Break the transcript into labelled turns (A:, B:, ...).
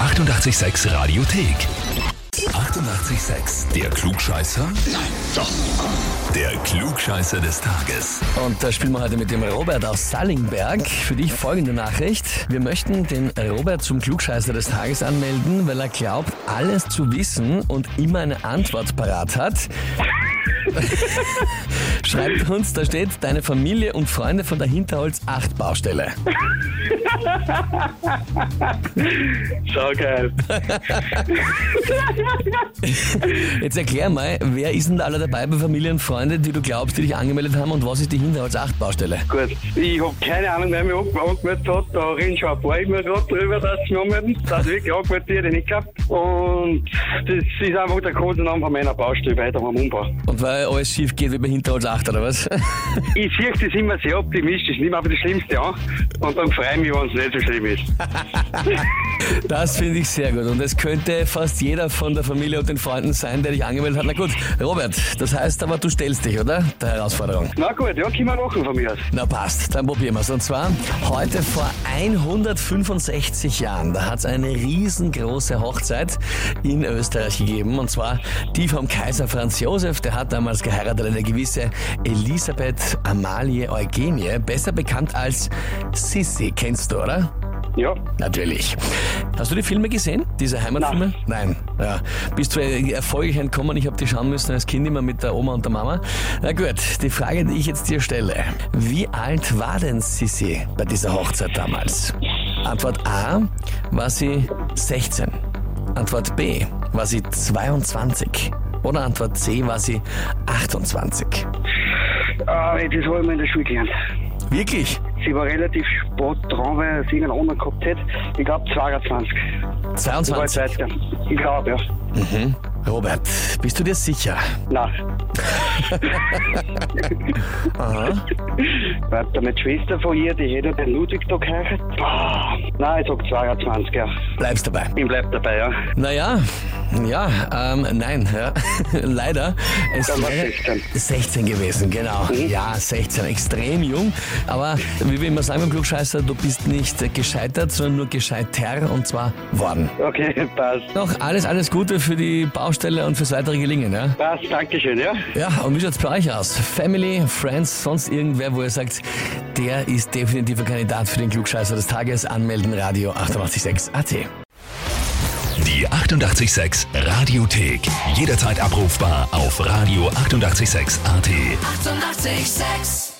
A: 886 Radiothek. 88,6. Der Klugscheißer? Nein, doch. Der Klugscheißer des Tages.
B: Und da spielen wir heute mit dem Robert aus Sallingberg. Für dich folgende Nachricht. Wir möchten den Robert zum Klugscheißer des Tages anmelden, weil er glaubt, alles zu wissen und immer eine Antwort parat hat. Schreibt uns, da steht deine Familie und Freunde von der Hinterholz 8 Baustelle.
C: So geil.
B: Jetzt erklär mal, wer ist denn da alle dabei bei Familie und Freunde, die du glaubst, die dich angemeldet haben und was ist die Hinterholz 8 Baustelle?
C: Gut, ich habe keine Ahnung, wer mich ange- angemeldet hat. Da reden schon ein paar immer gerade drüber, dass sie mich anmelden. Dass ich wirklich angemeldet werde, nicht gehabt. Und das ist einfach der Kosename von meiner Baustelle weiter beim Umbau.
B: Und weil alles schief geht wie bei Hinterholz 8 oder was?
C: Ich sehe das immer sehr optimistisch, nehme aber das Schlimmste an. Und dann freue ich mich, wenn es nicht so schlimm ist.
B: Das finde ich sehr gut. Und es könnte fast jeder von der Familie und den Freunden sein, der dich angemeldet hat. Na gut, Robert, das heißt aber, du stellst dich, oder? Der Herausforderung.
C: Na gut, ja, können wir machen von mir aus.
B: Na passt, dann probieren wir es. Und zwar heute vor 165 Jahren, da hat es eine riesengroße Hochzeit in Österreich gegeben. Und zwar die vom Kaiser Franz Josef. Der hat damals geheiratet eine gewisse Elisabeth Amalie Eugenie, besser bekannt als Sissi. Kennst du, oder?
C: Ja,
B: Natürlich. Hast du die Filme gesehen? Diese Heimatfilme? Nein. Ja. Bist du erfolgreich entkommen? Ich habe die schauen müssen als Kind immer mit der Oma und der Mama. Na gut, die Frage, die ich jetzt dir stelle. Wie alt war denn Sissi bei dieser Hochzeit damals? Antwort A, war sie 16. Antwort B, war sie 22. Oder Antwort C, war sie 28.
C: ah, das habe ich mir in der Schule gelernt.
B: Wirklich?
C: Sie war relativ spät dran, weil sie irgendeinen anderen gehabt hätte. Ich glaube 22. Ich war
B: 22.
C: 13. Ich glaube, ja.
B: Robert, bist du dir sicher?
C: Nein.
B: Aha.
C: Warte, meine Schwester von ihr, die hätte den Ludwig da geheiratet. Boah. Nein, ich sag 22, ja.
B: Bleibst dabei.
C: Ich bleib dabei, ja.
B: Naja, ja, ähm, nein, ja. leider. Es
C: Dann war Mhm.
B: wäre
C: 16.
B: 16 gewesen, genau. Ja, 16, extrem jung. Aber wie wir immer sagen beim Klugscheißer, du bist nicht äh, gescheitert, sondern nur gescheiter und zwar worden.
C: Okay, passt.
B: Noch alles, alles Gute für die Baustelle und fürs weitere Gelingen, ja?
C: Passt, Dankeschön, ja.
B: Ja, und wie schaut's bei euch aus? Family, Friends, sonst irgendwer, wo ihr sagt, der ist definitiv ein Kandidat für den Klugscheißer des Tages, anmelden, Radio 886 AT.
A: Die 88,6 Radiothek. Jederzeit abrufbar auf radio886.at. 88,6.
D: Eighty-eight, sex.